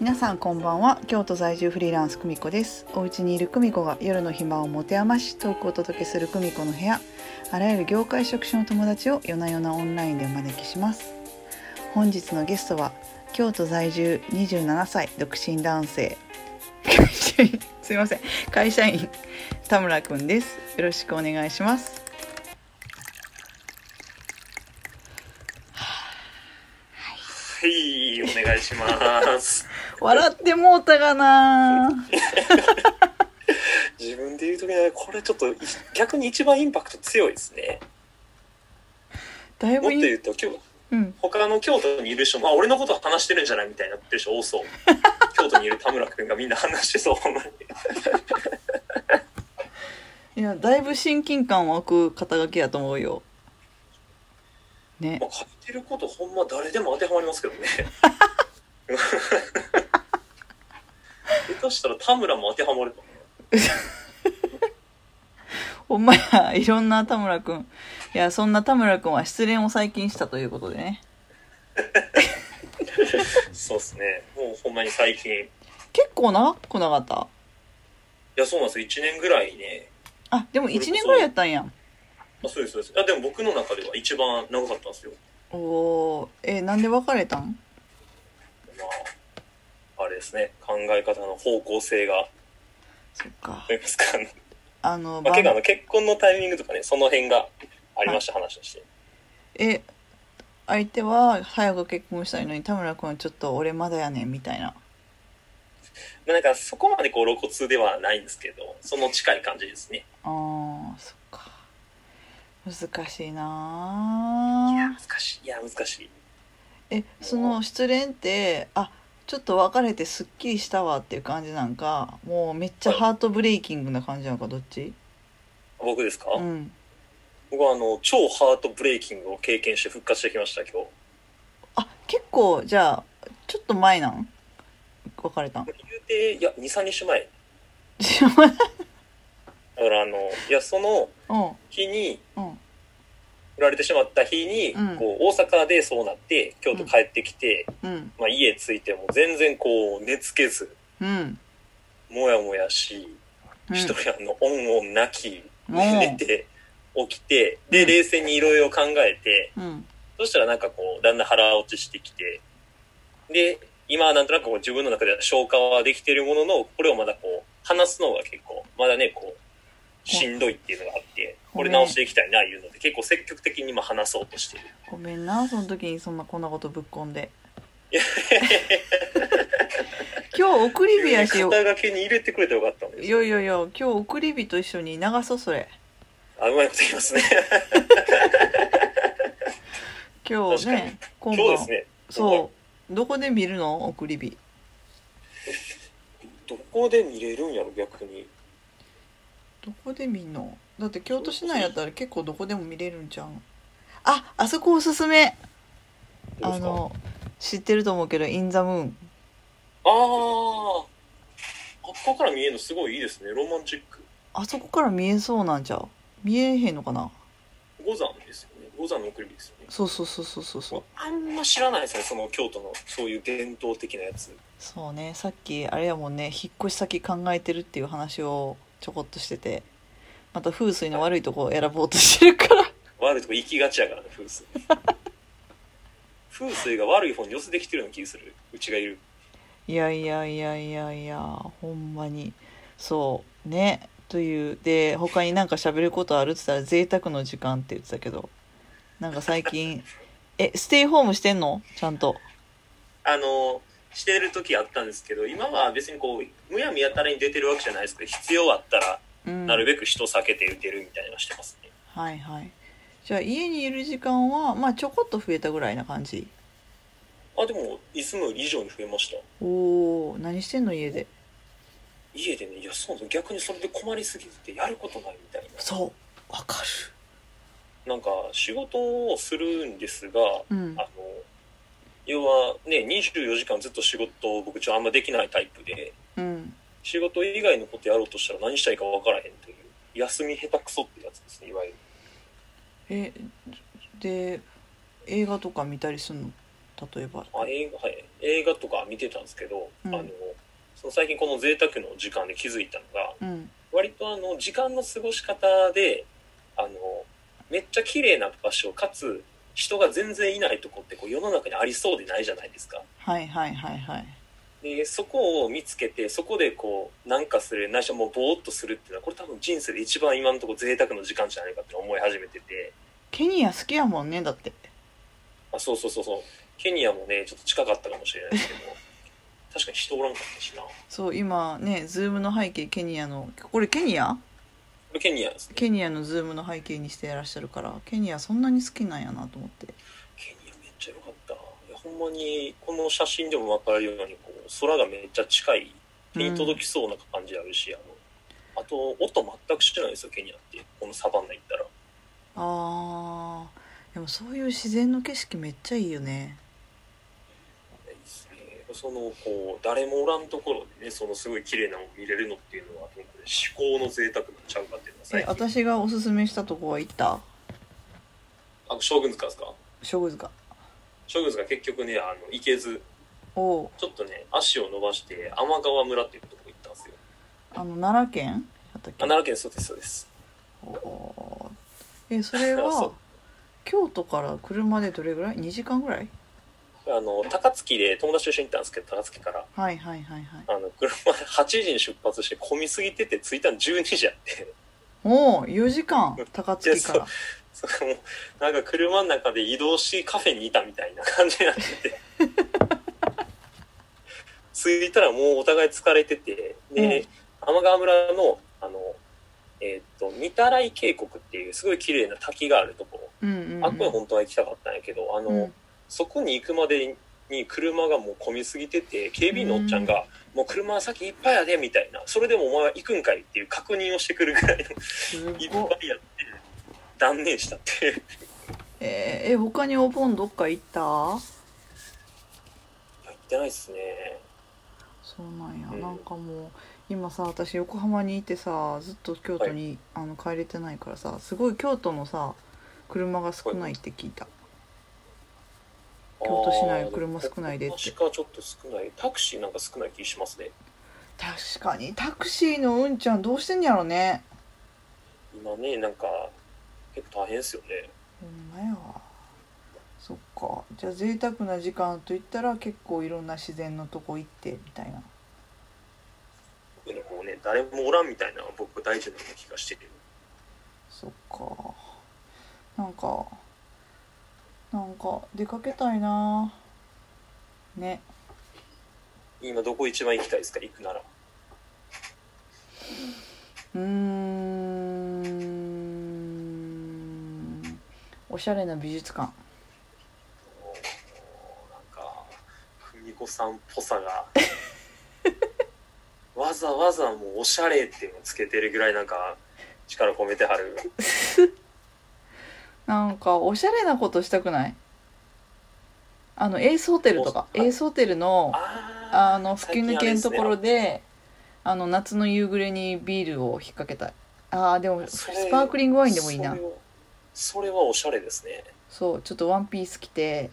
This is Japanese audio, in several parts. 皆さんこんばんは京都在住フリーランス久美子ですお家にいる久美子が夜の暇を持て余しトークをお届けする久美子の部屋あらゆる業界職種の友達を夜な夜なオンラインでお招きします本日のゲストは京都在住27歳独身男性 会社員すいません会社員田村くんですよろしくお願いしますはい、お願いします。笑ってもうたがな 自分で言うときね、これちょっとい逆に一番インパクト強いですね。だいもぶっとい言いうと、今日、うん他の京都にいる人も、あ、俺のこと話してるんじゃないみたいになってる人多そう。京都にいる田村くんがみんな話してそう。いやだいぶ親近感湧く肩書きやと思うよねまあ、書いてることほんま誰でも当てはまりますけど ね。下手したら田村も当てはまるかもほんまやいろんな田村くんいやそんな田村くんは失恋を最近したということでねそうですね。もうほんまに最近。い結構長くなかったや、そうなんですよ。1年ぐらいね。あでも1年ぐらいやったんやあ、そうです、そうです。あ、でも僕の中では一番長かったんですよ。おおーえなんで別れたんまあ、あれですね、考え方の方向性が、そっかと言いますか、あの、まバあ、ン結構あの結婚のタイミングとかね、その辺がありました、話として。え相手は早く結婚したいのに田村君はちょっと俺まだやねんみたいなまあ、なんかそこまでこう露骨ではないんですけど、その近い感じですね。あーそっか難しいなあ難しい。いや、難しい。えその失恋ってあちょっと別れてすっきりしたわっていう感じなんかもうめっちゃハートブレイキングな感じなのかどっち僕ですか、うん僕はあの、超ハートブレイキングを経験して復活してきました、今日。あ結構じゃあちょっと前なん別 れたん言うて、いや、2、3日前。だからあの、いや、そのうん日に、うん振られてしまった日に、うんこう大阪でそうなって京都帰ってきて、うんまあ、家着いても全然こう寝つけずうんもやもやしうん一人あのオンオン泣きうん寝て起きてうでん冷静にいろいろ考えてうんそしたらなんかこうだんだん腹落ちしてきてで今はなんとなくこう自分の中では消化はできてるもののこれをまだこう話すのが結構まだねこうしんどいっていうのがあってこれ直していきたいないうので結構積極的に今話そうとしてる。ごめんなその時にそんなこんなことぶっこん で今日送り火やし急に肩書きに入れてくれてよかったんですよいよいよ今日送り火と一緒に流そうそれあうまいこと言いますね今日ね今今晩日ですねそうどこで見るの送り火どこで見れるんやろ逆にどこで見んのだって京都市内やったら結構どこでも見れるんちゃうああそこおすすめどうあですかの知ってると思うけど「イン・ザ・ムーンあーあそこから見えるのすごいいいですねロマンチック」あそこから見えそうなんちゃう見えへんのかな五山ですよね五山の送り火ですよねそうそうそうそうそうそうあんま知らないですねその京都のそういう伝統的なやつそうねさっきあれやもんね引っ越し先考えてるっていう話をちょこっとしててまた風水の悪いとこを選ぼうとしてるから悪いとこ行きがちやからね風 水風水が悪い方に寄せてきてるような気がするうちがいるいやいやいやいやいやほんまにそうねというで他になんか喋ることあるって言ったら贅沢の時間って言ってたけどなんか最近 えステイホームしてんのちゃんとあのしてる時あったんですけど今は別にこうむやみやたらに出てるわけじゃないですけど必要あったらうんなるべく人避けて打てるみたいなのしてますね、はいはいじゃあ家にいる時間はまあちょこっと増えたぐらいな感じあでもいつもより以上に増えましたおお何してんの家で家でねいやそうなんですよ逆にそれで困りすぎてやることないみたいそうわかるななんか仕事をするんですがうんあの要はね24時間ずっと仕事を僕ちょあんまできないタイプでうん仕事以外のことやろうとしたら何したらいいか分からへんという休み下手くそってやつですねいわゆるえで映画とか見たりすんの例えばあ映画はい映画とか見てたんですけど、うんあのその最近この贅沢の時間で気づいたのがうん割とあの時間の過ごし方であのめっちゃ綺麗な場所かつ人が全然いないとこってこう世の中にありそうでないじゃないですか。はいはいはいはいでそこを見つけてそこでこうなんかするないしはもうぼーっとするっていうのはこれ多分人生で一番今のところ贅沢の時間じゃないかって思い始めてて、ケニア好きやもんねだってあ、そうそうそうそうケニアもねちょっと近かったかもしれないですけど確かに人おらんかったしなこそう今ねズームの背景ケニアのこれケニアれケニアですねケニアのズームの背景にしていらっしゃるからケニアそんなに好きなんやなと思ってケニアめっちゃ良かったいやほんまにこの写真でも分かるようにこう空がめっちゃ近い手に届きそうな感じあるし、あのあと音全くしてないですよケニアってこのサバンナ行ったらあーでもそういう自然の景色めっちゃいいよねいいですねそのこう誰もおらんところでねそのすごい綺麗なのを見れるのっていうのは思考の贅沢なんちゃうかっていうのえは最近私がおすすめしたとこは行ったあの将軍塚ですか諸宮塚将軍塚結局ねあの行けずおうちょっとね足を伸ばして天川村っていうとこ行ったんですよあの奈良県だったっけあ奈良県そうですそうですおーえそれそはう京都から車でどれぐらい2時間ぐらいあの高槻で友達と一緒に行ったんですけど高槻からはいはいはいはいあの車で8時に出発して混みすぎてて着いたの12時やっておお4時間高槻からそのなんか車の中で移動しカフェにいたみたいな感じになってて着いたらもうお互い疲れててで、天川村のあのえーっと御手洗渓谷っていうすごい綺麗な滝があるとこ、うんうんうんあっこに本当は行きたかったんやけどあの、うんそこに行くまでに車がもう混みすぎてて警備員のおっちゃんが「もう車は先いっぱいやで」みたいな「それでもお前は行くんかい」っていう確認をしてくるぐらいのすいっごぱいやって断念したっていうえー、え他にお盆どっか行った行ってないっすねそうなんや、うんなんかもう今さ私横浜にいてさずっと京都に、あの帰れてないからさすごい京都のさ車が少ないって聞いた、京都市内あー車少ないでって確かちょっと少ないタクシーなんか少ない気しますね確かにタクシーのうんちゃんどうしてんやろね今ねなんか結構大変ですよねほんまやそっかじゃあ贅沢な時間といったら結構いろんな自然のとこ行ってみたいなでももうね誰もおらんみたいなのが僕大事な気がしてるそっかなんかなんか出かけたいなね今どこ一番行きたいですか行くならうーんおしゃれな美術館もうなんか文子さんっぽさ がわざわざもうおしゃれっていうのつけてるぐらいなんか力込めてはるなんかおしゃれなことしたくないあのエースホテルとかおエースホテルのあーあの吹き抜けのところであの夏の夕暮れにビールを引っ掛けたいあーでもスそれパークリングワインでもいいなそれはそれはおしゃれですねそうちょっとワンピース着て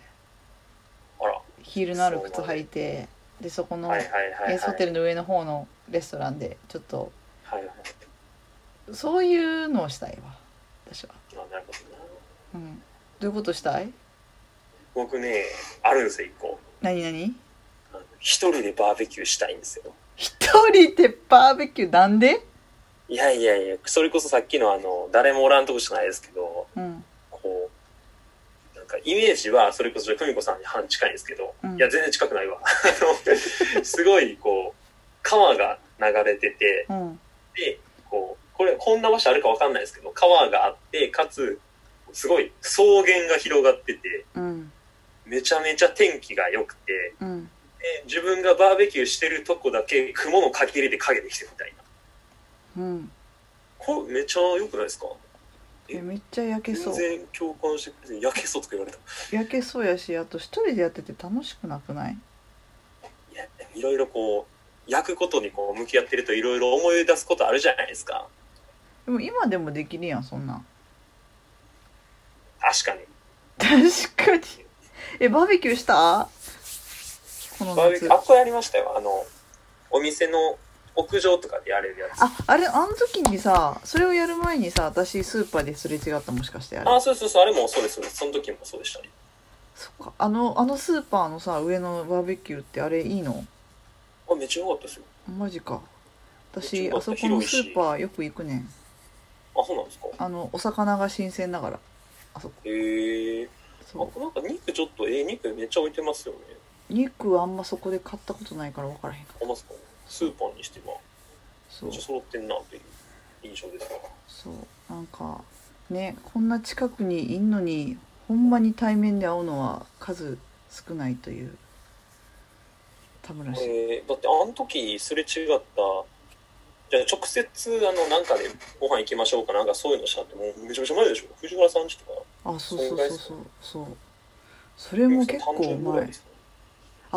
あらヒールのある靴履いてでそこのはエいはいはい、はい、ースホテルの上の方のレストランでちょっとはいはいそういうのをしたいわ私は、あなるほどなうん、どういうことしたい僕ねあるんですよ一個何何あの一人でバーベキューしたいんですよ一人でバーベキューなんでいやいやいやそれこそさっきのあの誰もおらんとこじゃないですけどうんこうなんかイメージはそれこそ久美子さんに半近いんですけど、うんいや全然近くないわあのすごいこう川が流れてて、うんで、こう、これ、こんな場所あるかわかんないですけど、川があって、かつ、すごい草原が広がってて、うんめちゃめちゃ天気が良くて、うんで自分がバーベキューしてるとこだけ雲のかき入れて影できてるみたいな。うんこれめちゃ良くないですかえめっちゃ焼けそ全う然共感してくれて、やけそうとか言われた。焼けそうやしあと一人でやってて楽しくなくないいや、いろいろこう、焼くことにこう向き合ってるといろいろ思い出すことあるじゃないですか。でも今でもできるやんそんなん確かに。確かにえバーベキューしたこのバーベキ夏ュー、あっこやりましたよ。あの、お店の屋上とかでやれるやつ。ああれあの時にさそれをやる前にさ私スーパーですれ違ったもしかしてあれあ、そうそうそう、あれもそうです、そうです。その時もそうでしたね。そっかあのあのスーパーのさ上のバーベキューってあれいいのあ、めっちゃ良かったですよ。マジかめ私っちゃあそこの広いスしーパーよく行くねんあ、そうなんですか。あのお魚が新鮮だからあそこへえ。そうあ、なんか肉ちょっと、ええ肉めっちゃ置いてますよね。肉あんまそこで買ったことないから分からへんかあ、ますか。スーパーにしては、そめうっちゃ揃ってんなという印象ですから。そうなんかねこんな近くにいんのにほんまに対面で会うのは数少ないという田村氏えーだってあの時すれ違ったじゃあ直接あのなんかでご飯行きましょうかなんかそういうのしたってもうめちゃめちゃ前でしょ藤原さんちとかあそうそうそそううですそうそうそれも結構前あ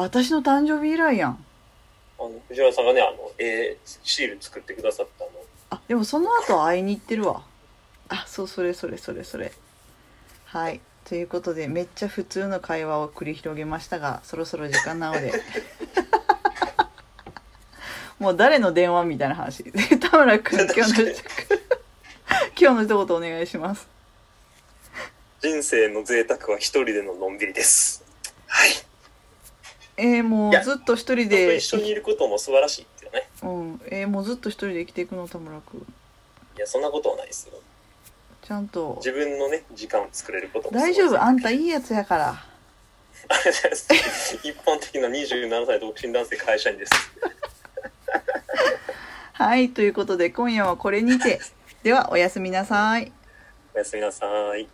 私の誕生日以来やんあの藤原さんがねあの、えーシール作ってくださったあのあでもその後会いに行ってるわあそうそれそれそれそれはいということでめっちゃ普通の会話を繰り広げましたがそろそろ時間な のでもう誰の電話みたいな話 田村君今日の 今日の一言お願いします人生の贅沢は一人でののんびりですはいえー、もいやうずっと一人人とで一緒にいることも素晴らしいっていうねうんえー、もうずっと一人で生きていくの田村君いやそんなことはないですよちゃんと自分のね時間を作れることも大丈夫ああんたいいやつやから 一般的な27歳独身男性会社員ですはいということで今夜はこれにてではおやすみなさいおやすみなさい